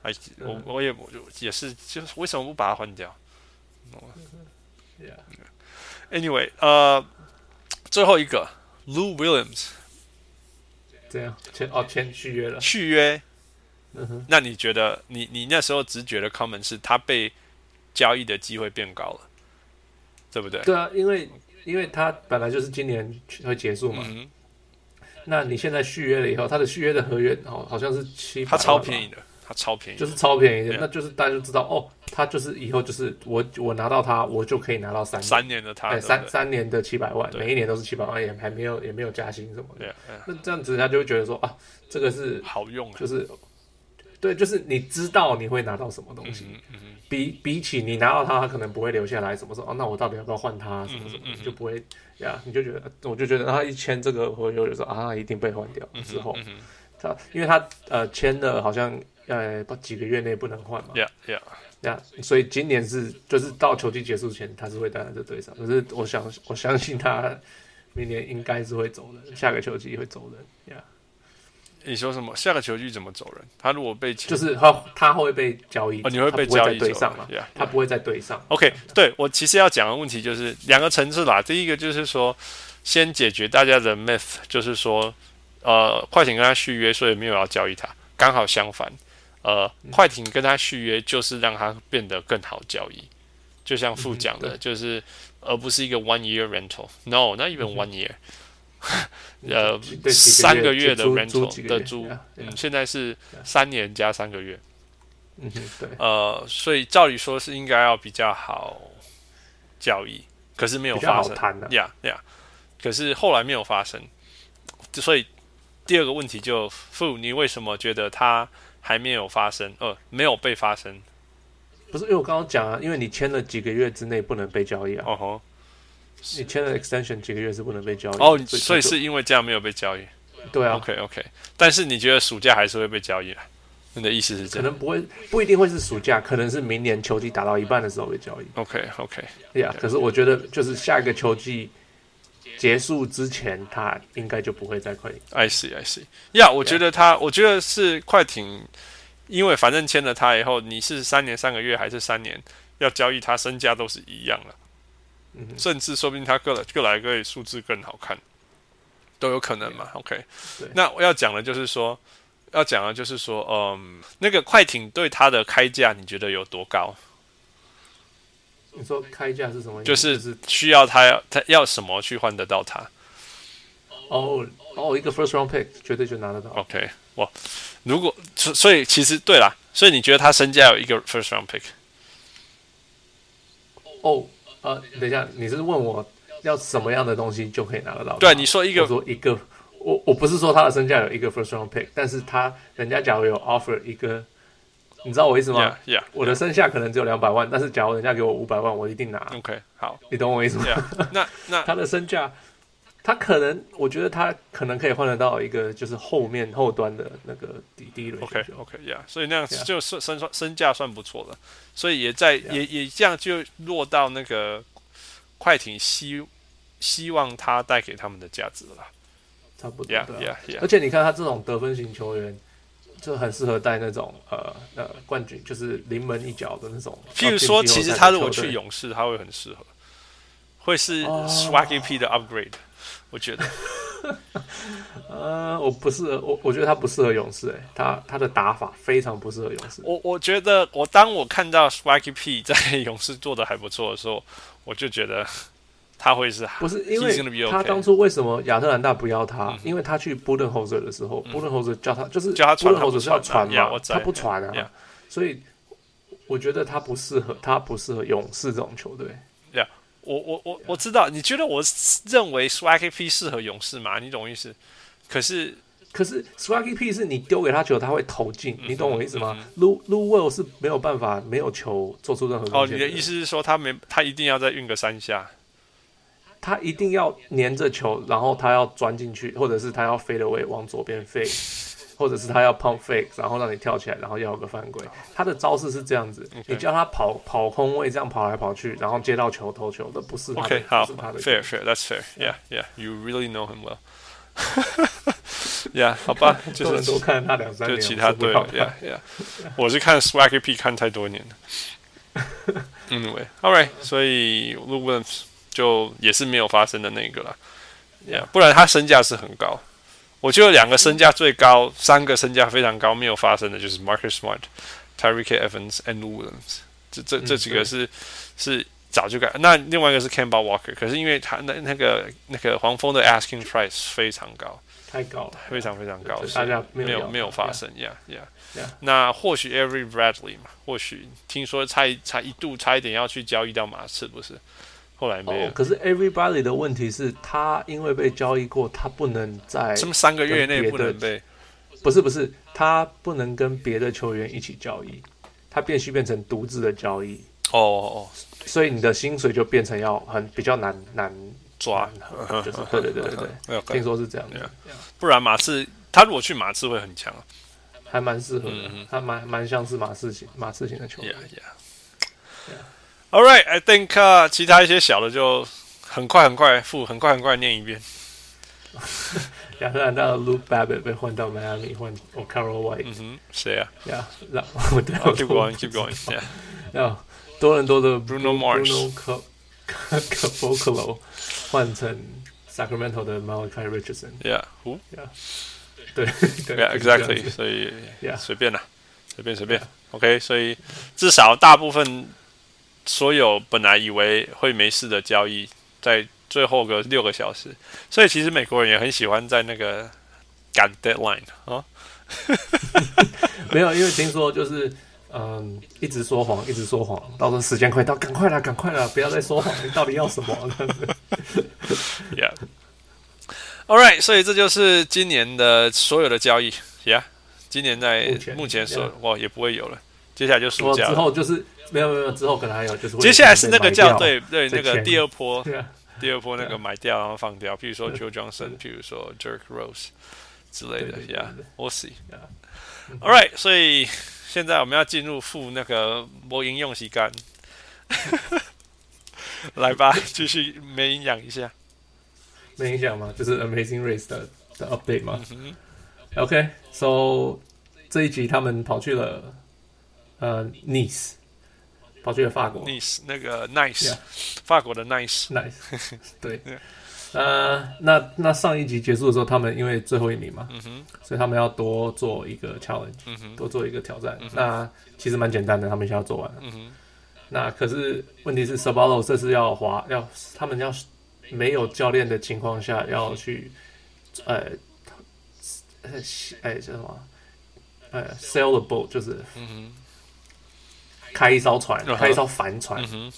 A: 哎，我我也我就也是，就是为什么不把它换掉？你懂吗
B: Yeah
A: Anyway，呃，最后一个 Lou Williams
B: 这样签哦签续约了，
A: 续约
B: 嗯哼，
A: 那你觉得你你那时候直觉的 comment 是他被交易的机会变高了，对不对？
B: 对啊，因为因为他本来就是今年会结束嘛，
A: 嗯，
B: 那你现在续约了以后，他的续约的合约哦好好像是七，
A: 他超便宜，的，他超便宜
B: 就
A: 的，
B: 是超便宜的
A: Yeah，
B: 那就是大家就知道哦，他就是以后就是我我拿到他，我就可以拿到三年
A: 三年的他，
B: 哎，
A: 对不
B: 三
A: 对
B: 三年的七百万，
A: 对
B: 每一年都是七百万，也还没有也没有加薪什么的。
A: 对啊，嗯
B: 那这样子，他就会觉得说啊，这个是
A: 好用啊，
B: 就是对，就是你知道你会拿到什么东西，
A: 嗯嗯
B: 比比起你拿到他，他可能不会留下来，什么时候哦，那我到底要不要换他，什么什么
A: 嗯嗯嗯
B: 的，就不会呀，你就觉得，我就觉得他一签这个合约就说啊，他一定被换掉
A: 嗯，
B: 之后
A: 嗯嗯
B: 他因为他呃签了好像呃不几个月内不能换嘛，
A: ，Yeah Yeah，
B: 那所以今年是就是到球季结束前，他是会待在这队上。可是我想我相信他明年应该是会走人，下个球季会走人。Yeah，
A: 你说什么？下个球季怎么走人？他如果被签
B: 就是他他会被交易，
A: 哦，你会被
B: 他不
A: 交
B: 在
A: 易
B: 队
A: 走哦
B: 上嘛
A: 人？，Yeah。
B: 他不会在队上。
A: OK，对我其实要讲的问题就是两个层次啦。第一个就是说，先解决大家的 myth，就是说，呃，快艇跟他续约，所以没有要交易他。刚好相反，呃，
B: 嗯
A: 快艇跟他续约就是让他变得更好交易。就像副讲的，
B: 嗯对
A: 就是而不是一个 one year rental。No，not even one year。呃
B: 嗯对，几
A: 三
B: 个
A: 个月的
B: 租
A: rental
B: 租几个
A: 的
B: 月啊
A: 租
B: yeah，，
A: 嗯，
B: yeah，
A: 现在是三年加三个月。
B: 嗯哼，对，
A: 呃，所以照理说是应该要比较好交易，可是没有
B: 比较
A: 发
B: 好
A: 生。
B: 谈的。啊
A: 呀呀，可是后来没有发生，就所以第二个问题就傅，你为什么觉得它还没有发生？呃，没有被发生？
B: 不是因为我刚刚讲啊，因为你签了几个月之内不能被交易啊，
A: 哦吼，
B: 你签了 extension 几个月是不能被交易的。
A: 哦，所
B: 所
A: 以
B: 他就是
A: 因为这样没有被交易。
B: 对啊，
A: OK OK，但是你觉得暑假还是会被交易的？你的意思是这样
B: 可能不会不一定会是暑假，可能是明年球季打到一半的时候被交易。
A: ？OK OK，
B: 对呀，可是我觉得就是下一个球季结束之前，他应该就不会再快。
A: I see, I see. Yeah，我觉得他，我觉得是快艇，因为反正签了他以后，你是三年三个月还是三年，要交易他，身价都是一样了，
B: 嗯哼，
A: 甚至说不定他各来各来各数字更好看，都有可能嘛。OK，
B: 对
A: 那我要讲的就是说，要讲的就是说，嗯，那个快艇对他的开价，你觉得有多高？
B: 嗯你说开价是什么意思？
A: 就是
B: 是
A: 需要他要他要什么去换得到他？
B: 哦哦，一个 first round pick 绝对就拿得到。
A: OK，哇，如果所所以其实对啦，所以你觉得他身价有一个 first round pick？
B: 嗯哦，呃，等一下，你是问我要什么样的东西就可以拿得到？
A: 对，你说一个
B: 我说一个，我我不是说他的身价有一个 first round pick，但是他人家假如有 offer 一个，你知道我意思吗
A: Yeah, yeah.
B: 我的身价可能只有两百万，但是假如人家给我五百万，我一定拿。
A: OK，好。
B: 你懂我意思吗
A: 嗯 Yeah，那那
B: 他的身价，他可能，我觉得他可能可以换得到一个就是后面后端的那个第第一轮
A: OK
B: 选秀
A: OK Yeah，所以那样
B: Yeah
A: 就算身身价算不错了，所以也在
B: Yeah
A: 也也这样就落到那个快艇希希望他带给他们的价值了啦。
B: 差不多
A: Yeah
B: 对啊
A: Yeah Yeah
B: 而且你看他这种得分型球员，就很适合带那种呃呃冠军，就是临门一脚的那种。
A: 譬如说，
B: 要进
A: 其
B: 季
A: 实
B: 后赛的
A: 他如果
B: 球队
A: 去，勇士，他会很适合，会是
B: 哦
A: Swaggy P 的 upgrade，我觉得。
B: 呃，我不适合，我我觉得他不适合勇士、欸，他他的打法非常不适合勇士。
A: 我我觉得，我 当我看到 Swaggy P 在勇士做的还不错的时候，我就觉得他会是
B: 不是因
A: he's gonna be
B: 为
A: okay 嗯
B: 他当初为什么亚特兰大不要他？因为他去布伦侯者的时候，布伦侯者叫他就是
A: 叫他
B: 布
A: 传
B: 伦侯者是要
A: 他
B: 传
A: 不传啊 Yeah，
B: 嘛
A: 我，知道
B: 他不传
A: Yeah，yeah
B: 啊，所以我觉得他不适合，他不适合勇士这种球队。
A: 呀、我我我我知道，你觉得我认为 Swaggy P 适合勇士吗？你懂我意思？可是
B: 可是 Swaggy P 是你丢给他球，他会投进，
A: 嗯
B: 你懂我意思吗？Lu Lu Will 是没有办法没有球做出任何
A: 哦，
B: 贡
A: 你
B: 献
A: 的意思是说他没他一定要再运个三下？
B: 他一定要粘着球，然后他要钻进去，或者是他要飞的位往左边飞， 或者是他要 pump fake，然后让你跳起来，然后要有个犯规。
A: 哦
B: 他的招式是这样子你叫他跑跑空位，这样跑来跑去，然后接到球投球，那不是他的
A: OK，好
B: 不是他的
A: ，fair fair，that's fair。Yeah yeah, you really know him well 。Yeah，好 吧，就
B: 多
A: 是
B: 人多看他两三
A: 就
B: 年，
A: 其他
B: 我受不
A: 队
B: 了
A: 了
B: 他
A: ，Yeah Yeah，我是看 Swaggy P 看太多年了。Anyway，All right，所以 l u w i l 就也是没有发生的那个了，Yeah，不然他身价是很高。我觉得两个身价最高，三个身价非常高没有发生的就是 Marcus Smart、Tyreek Evans and l u w i l 这这这几个
B: 嗯对
A: 是、是早就改。那另外一个是 c a m b a Walker，可是因为他那那个那个黄蜂的 asking price 非常高，
B: 太高了，
A: 非常非常高
B: 对，
A: 是
B: 大家没有
A: 没
B: 要
A: 有没有
B: 他
A: 发生，Yeah Yeah。
B: Yeah
A: 那或许 Every Bradley 嘛，或许听说差一差一度差一点要去交易到马刺，不是？后来没有
B: 哦，，可是 everybody 的问题是他因为被交易过，他不能再
A: 什么三个月内
B: 跟别
A: 不
B: 的
A: 能被
B: 不是不是，他不能跟别的球员一起交易，他必须变成独自的交易，
A: 哦哦哦
B: 所以你的薪水就变成要很比较难难
A: 抓，
B: 难，就是对对对对
A: 没有
B: 对，听说是这样的，
A: 不然马刺他如果去马刺会很强啊
B: 还蛮适合的，他蛮蛮像是马刺型马刺型的球员
A: 嗯 Yeah,。yeah. All right, I think、uh, 其他一些小的就很快很快复很快很快念一遍。
B: 亚特兰大的 Luke Babbitt 被换到迈阿密，换 o c a r o White，
A: 嗯哼，谁 啊
B: 呀，让我对
A: ？Keep going, keep going. Yeah.
B: 要啊多伦多的
A: Bruno Mars
B: Bruno Co- Co- Caboclo 换成 Sacramento 的 Malachi Richardson，
A: Yeah. Who?
B: 对
A: Yeah,
B: 对
A: 啊 exactly. 所以
B: Yeah.
A: 随便啦，随便随便。OK，所以至少大部分所有本来以为会没事的交易，在最后个六个小时，所以其实美国人也很喜欢在那个赶 deadline 啊。
B: 没有，因为听说就是嗯，一直说谎，一直说谎，到时候时间快到，赶快啦，赶快啦，不要再说谎，你到底要什么？这样子
A: Yeah. All right，所以这就是今年的所有的交易。Yeah，今年在
B: 目前
A: 目前所
B: Yeah
A: 哇也不会有了，接下来就暑
B: 说
A: 假
B: 之
A: 了。
B: 后就是没有没有，之后可能还有就是会
A: 接下来是那个叫
B: 被
A: 对对
B: 这
A: 那个
B: 钱
A: 第二波
B: 买掉，对啊，
A: 第二波那个买掉然后放掉，譬如说
B: 对
A: Joe Johnson，譬如说 Jerk Rose 之类的
B: 对对对对
A: ，Yeah，we'll see。
B: Yeah
A: All right，所以现在我们要进入付那个播音用洗 干，来吧，继续没营养一下。
B: 没影响吗？就是 Amazing Race 的的 update 吗？
A: 嗯
B: OK，so、这一集他们跑去了呃 Nice，跑去了法国
A: 哼，Nice 那个 Nice，
B: Yeah
A: 法国的 Nice。
B: Nice，对， 呃，那那上一集结束的时候，他们因为最后一名嘛，
A: 嗯哼，
B: 所以他们要多做一个 challenge，、
A: 嗯哼，
B: 多做一个挑战。那其实蛮简单的，他们一下就做完了。
A: 嗯哼，
B: 那可是问题是 s a b a l o 这次要滑，要他们要没有教练的情况下要去，呃，呃，哎，叫什么？呃，sail the boat 就是
A: 嗯哼，
B: 开一艘船
A: 嗯哼，
B: 开一艘帆船
A: 嗯哼，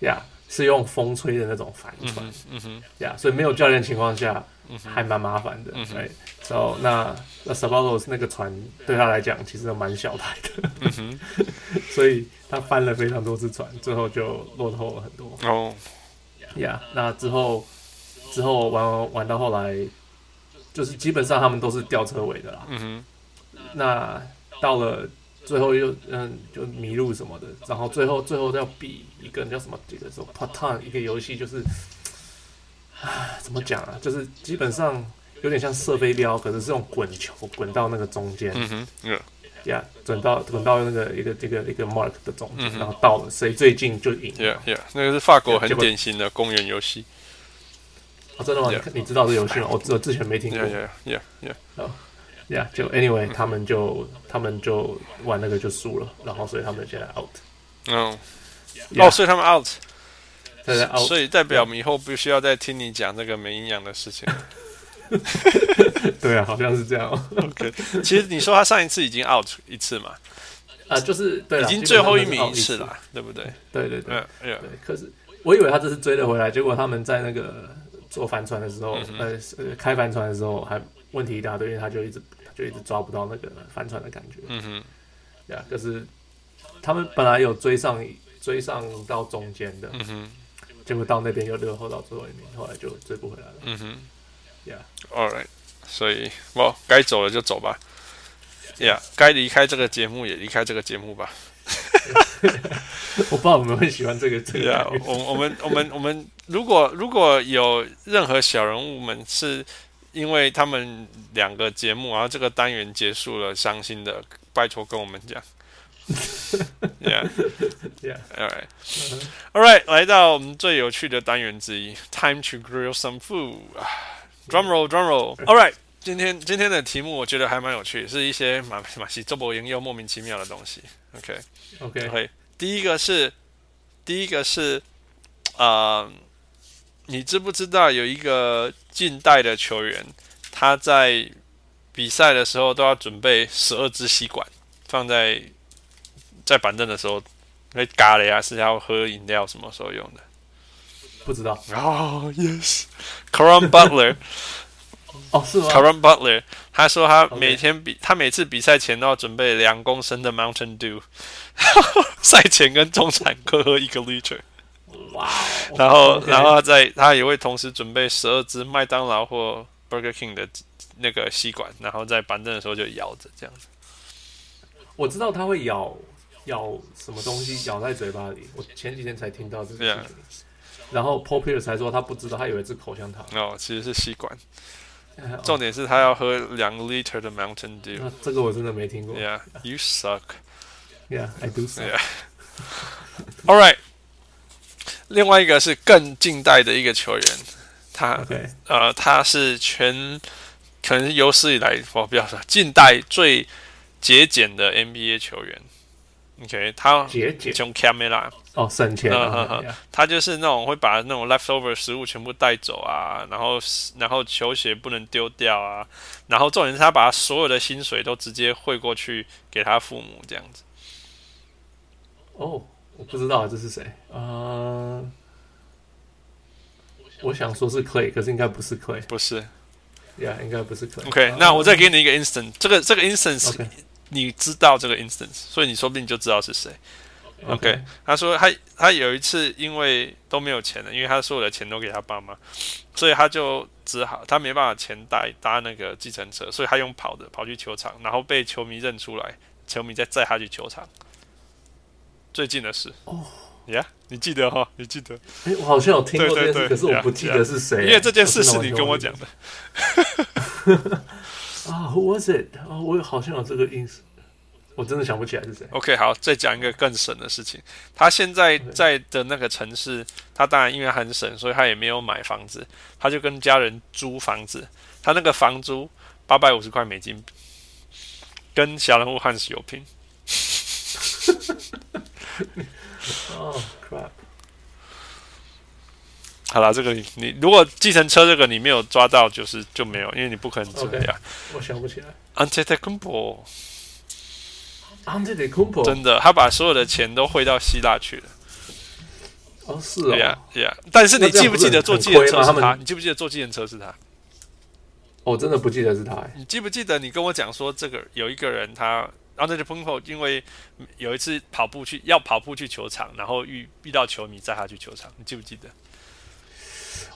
B: 呀是用风吹的那种帆
A: 嗯
B: 船
A: 哼，嗯哼，
B: 呀所以没有教练情况下
A: 嗯哼
B: 还蛮麻烦的
A: 嗯哼。
B: 对，然后那那 s a b a l o 那个船对他来讲其实蛮小台的，
A: 嗯哼，
B: 所以他翻了非常多次船，最后就落后了很多。
A: 哦，
B: 呀那之后之后玩玩玩到后来，就是基本上他们都是吊车尾的啦。
A: 嗯哼，
B: 那到了最后又嗯就迷路什么的，然后最后最后要比一个叫什么这个什么 p a t o n 一个游戏，就是啊怎么讲啊，就是基本上有点像射飞镖，可是是用滚球滚到那个中间，
A: 嗯哼，嗯
B: 呀、滚到滚到那个一个这个一个 mark 的中间，
A: 嗯哼
B: 然后到了谁最近就赢。
A: ，Yeah Yeah，那个是法国
B: Yeah，
A: 很
B: 结果
A: 典型的公园游戏。
B: 哦，真的吗
A: Yeah
B: 你知道这游戏吗？我我之前没听过。
A: Yeah Yeah Yeah Yeah。
B: Yeah，就 anyway，他们就他们就玩那个就输了，然后所以他们现在 out。
A: 嗯，
B: Yeah，
A: 哦，所以他们 out，
B: 他在澳，
A: 所以代表我们以后不需要再听你讲这个没营养的事 情。
B: 对啊，好像是这样哦
A: OK，其实你说他上一次已经 out 一次嘛，
B: 啊，就是对
A: 已
B: 啦
A: 经最后
B: 基本上
A: 名
B: 都
A: 一
B: 是
A: 次
B: 奥运
A: 啦，对不对？
B: 对对对
A: 嗯，嗯
B: 对，可是我以为他这次追了回来，结果他们在那个坐帆船的时候，呃呃，开帆船的时候还问题一大堆，因为他就一直他就一直抓不到那个帆船的感觉，
A: 嗯哼，
B: 对啊，可是他们本来有追上追上到中间的，
A: 嗯哼，
B: 结果到那边又落后到最后一名，后来就追不回来了，
A: 嗯哼
B: 对啊，
A: ，All right，所以我该走了就走吧。Yeah，该离开这个节目也离开这个节目吧。
B: 我不知道你们会喜欢这个这个
A: Yeah，
B: 感觉
A: 啊我我们我们我们如果如果有任何小人物们是因为他们两个节目，然后这个单元结束了，伤心的，拜托跟我们讲。Yeah，
B: 对啊
A: All right, all right，来到我们最有趣的单元之一，Time to grill some food 啊。Drum roll, drum roll. All right，今天今天的题目我觉得还蛮有趣，是一些马马戏周伯赢又莫名其妙的东西。OK，
B: ，OK，
A: OK，第一个是第一个是，呃，你知不知道有一个近代的球员，他在比赛的时候都要准备十二支吸管，放在在板凳的时候，会嘎了啊呀，是要喝饮料什么时候用的？
B: 不知道
A: 哦、y e s c a r o n Butler。
B: 哦，是吗
A: c a r o n Butler，他说他
B: OK
A: 每天比他每次比赛前都要准备两公升的 Mountain Dew，赛前跟中场各喝一个 liter，
B: 哇哦，
A: 然后
B: OK
A: 然后他在他也会同时准备十二支麦当劳或 Burger King 的那个吸管，然后在板凳的时候就摇着这样子。
B: 我知道它会咬咬什么东西咬在嘴巴里，我前几天才听到这个事情。然后 Paul Pierce 才说他不知道，他以为是 口香糖。
A: 哦，其实是吸管，
B: 哎哦
A: 重点是他要喝两 liter 的 Mountain
B: 那
A: Dew。
B: 这个我真的没听过。
A: Yeah，you suck。
B: Yeah，I do. s
A: Yeah. All right，另外一个是更近代的一个球员，他
B: OK，
A: 呃，他是全可能是有史以来，我不要说近代最节俭的 NBA 球员。OK，他
B: 节俭
A: 从 Camera，
B: 哦，省
A: 嗯
B: 钱
A: 哼
B: 啊
A: 哼。他就是那种会把那种 leftover 食物全部带走啊，然后然后球鞋不能丢掉啊，然后重点是他把所有的薪水都直接汇过去给他父母这样子。
B: 哦，我不知道这是谁啊。我想说是 Clay，可是应该不是 Clay。
A: 不是
B: Yeah，应该不是 Clay。
A: OK，
B: 啊
A: 那我再给你一个 instance，这个这个 instance
B: OK
A: 你知道这个 instance，所以你说不定就知道是谁。OK，
B: 啊 OK，
A: 他说他他有一次因为都没有钱了，因为他所有的钱都给他爸妈，所以他就只好他没办法钱带搭那个计程车，所以他用跑的跑去球场，然后被球迷认出来，球迷再载他去球场。最近的事
B: 哦
A: 呀你记得哈，你记得，
B: 哎，我好像有听过
A: 对对
B: 这件
A: 对
B: 事，可是我不记
A: yeah，yeah
B: 得是谁。
A: 因为这件事是
B: 我
A: 你
B: 真的完全
A: 跟我
B: 忘记
A: 讲的。
B: 啊，Who was it？啊，我好像有这个意思，我真的想不起来是谁。
A: OK，好，再讲一个更省的事情。他现在在的那个城市，他当然因为很省，所以他也没有买房子，他就跟家人租房子。他那个房租八百五十块美金，跟小人物汉斯有拼。
B: 哦、c r a p
A: 好啦，这个你你如果计程车这个你没有抓到，就是就没有，因为你不可能这
B: OK
A: 样。
B: 我想不起来。
A: a n t e t e c u m p
B: 哦
A: o
B: Ante de Kumpo，
A: 真的，他把所有的钱都汇到希腊去了。
B: 哦是
A: 对呀
B: 哦，
A: 对呀，但是你
B: 那这样
A: 记不记得坐
B: 不是
A: 计
B: 很
A: 程车
B: 亏
A: 是
B: 吗他们
A: 他？你记不记得坐计程车是他？
B: 哦我真的不记得是他哎。
A: 你记不记得你跟我讲说，这个有一个人他 a n d r e p o n k o 因为有一次跑步去要跑步去球场，然后遇遇到球迷载他去球场，你记不记得？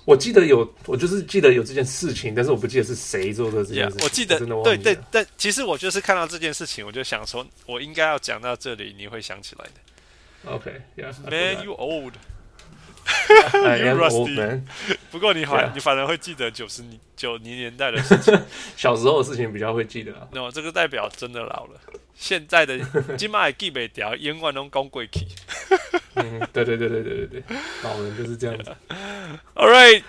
B: 我记得有，我就是记得有这件事情，但是我不记得是谁做的这件
A: Yeah，
B: 事情。
A: 我记得，
B: 真的忘
A: 对
B: 记
A: 对
B: 了。
A: 但其实我就是看到这件事情，我就想说，我应该要讲到这里，你会想起来的。Man,
B: 啊 OK，Yeah，Man，you
A: you old。
B: am
A: rusty.
B: old man。
A: 不过你反
B: Yeah
A: 你反而会记得九十九零年代的事情。
B: 小时候的事情比较会记得啊。
A: no，这个代表真的老了。现在的今麦记不掉，永远拢讲过去。
B: 嗯，对对对对对对对，老人就是这样子。
A: All right，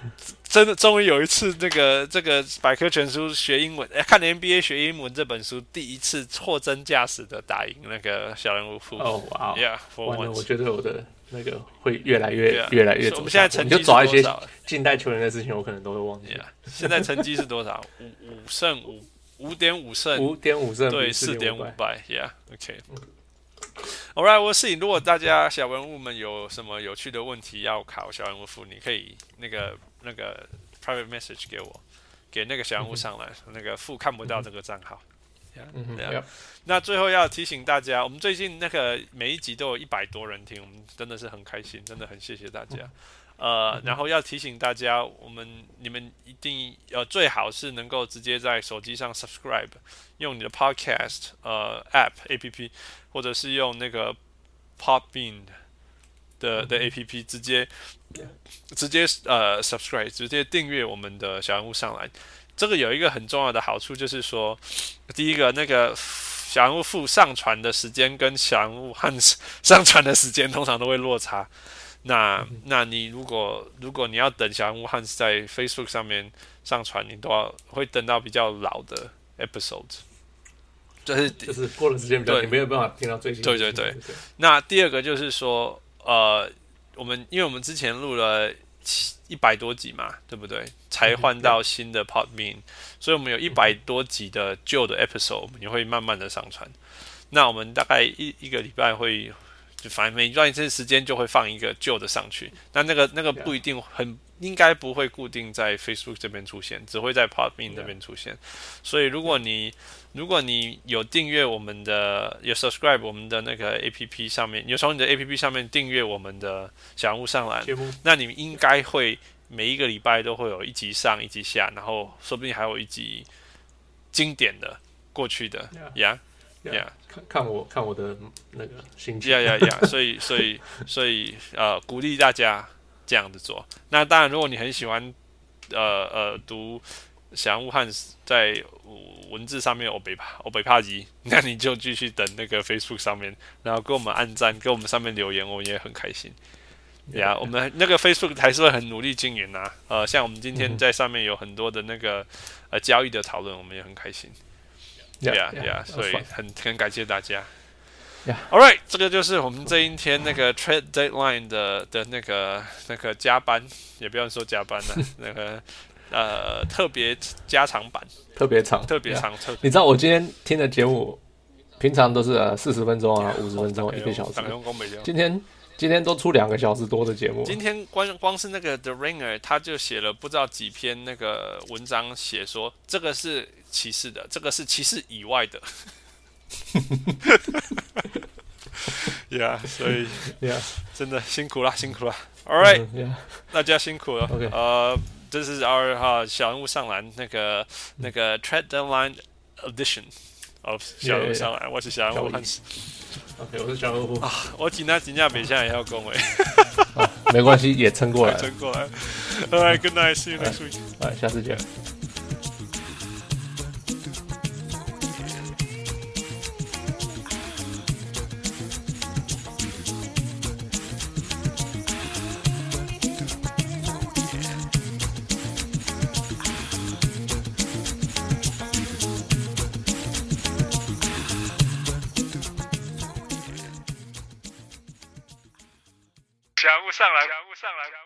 A: 真的终于有一次，这个这个百科全书学英文，哎，看 NBA 学英文这本书，第一次货真价实的打赢那个小人物父。
B: 哦，哇哦，
A: Yeah，for
B: 完了，我
A: once。
B: 觉得我的那个会越来越、
A: Yeah
B: 越来越
A: 所以
B: 走下坡。
A: 我们现在成
B: 你
A: 绩
B: 就是找一
A: 多
B: 些
A: 少了
B: 近代球员的事情，我可能都会忘记。
A: Yeah，现在成绩是多少？五五胜五五点五胜
B: 五点五胜
A: 对，
B: 比
A: 四点
B: 点
A: 五
B: 败，
A: 百，Yeah，OK。All right，我是如果大家小人物们有什么有趣的问题要考小人物服，你可以那个那个 private message 给我，给那个小人物上来，那个副看不到这个账号。
B: 嗯哼
A: Yeah，
B: ，Yep
A: 那最后要提醒大家，我们最近那个每一集都有一百多人听，我们真的是很开心，真的很谢谢大家。呃，然后要提醒大家，我们你们一定呃最好是能够直接在手机上 subscribe，用你的 podcast 呃 app A P P，或者是用那个 Podbean 的的 A P P 直接直接呃 subscribe，直接订阅我们的小人物上来。这个有一个很重要的好处，就是说，第一个那个小人物附上传的时间跟小人物和上传的时间通常都会落差。那那你如果如果你要等小人物和在 Facebook 上面上传，你都要会等到比较老的 episode。这是第
B: 就是过了时间比较久，
A: 对
B: 你没有办法听到最新的
A: 对
B: 事情。
A: 对对那第二个就是说，呃，我们因为我们之前录了一百多集嘛，对不对？才换到新的 Podbean，所以我们有一百多集的旧的 episode，我们也会慢慢的上传。那我们大概一一个礼拜会，就反正每段一次时间就会放一个旧的上去。那那个那个
B: Yeah.
A: 不一定很，应该不会固定在 Facebook 这边出现，只会在 Podbean 那边出现。所以如果你如果你有订阅我们的，有 subscribe 我们的那个 APP 上面，有从你的 APP 上面订阅我们的小人物上篮，
B: 节目
A: 那你应该会每一个礼拜都会有一集上一集下，然后说不定还有一集经典的过去的
B: Yeah.
A: 呀呀
B: 看看我看我的那个心情
A: 呀呀呀！所以所以所以呃，鼓励大家这样子做。那当然，如果你很喜欢呃呃读想武汉在文字上面欧北帕欧北帕吉，那你就继续等那个 Facebook 上面，然后给我们按赞，给我们上面留言，我们也很开心。呀、我们那个 Facebook 还是会很努力经营啊。呃，像我们今天在上面有很多的那个呃交易的讨论，我们也很开心。呀呀，所以很很感谢大家。
B: Yeah.
A: All right，这个就是我们这一天那个 trade deadline 的的那个那个加班，也不要说加班 了，那个呃特别加长版，
B: 特别长，
A: 特别
B: Yeah
A: 长，特别
B: 你知道我今天听的节目，平常都是呃四十分钟啊、五十分钟、一个小时
A: 打，用工北用。
B: 今天今天都出两个小时多的节目，
A: 今天光光是那个 The Ringer，他就写了不知道几篇那个文章，写说这个是歧视的，这个是歧视以外 的。yeah，所以
B: Yeah
A: 真的辛苦啦，辛苦啦。All right，
B: 嗯，Yeah，
A: 大家辛苦了。
B: OK
A: 呃，这是 our 哈、小人物上篮那
B: 嗯
A: 个那个 trade deadline edition of 小人物上篮我是小人物
B: 交易
A: 汉斯，
B: ，OK，我是小客户，
A: 我今天今天北向也要恭维，
B: 没关系，也撑 过来了
A: 真，过来。All right, good night, see you next week.
B: 哎，下次见。
A: 小人物上篮，小人物上篮，小人物上篮。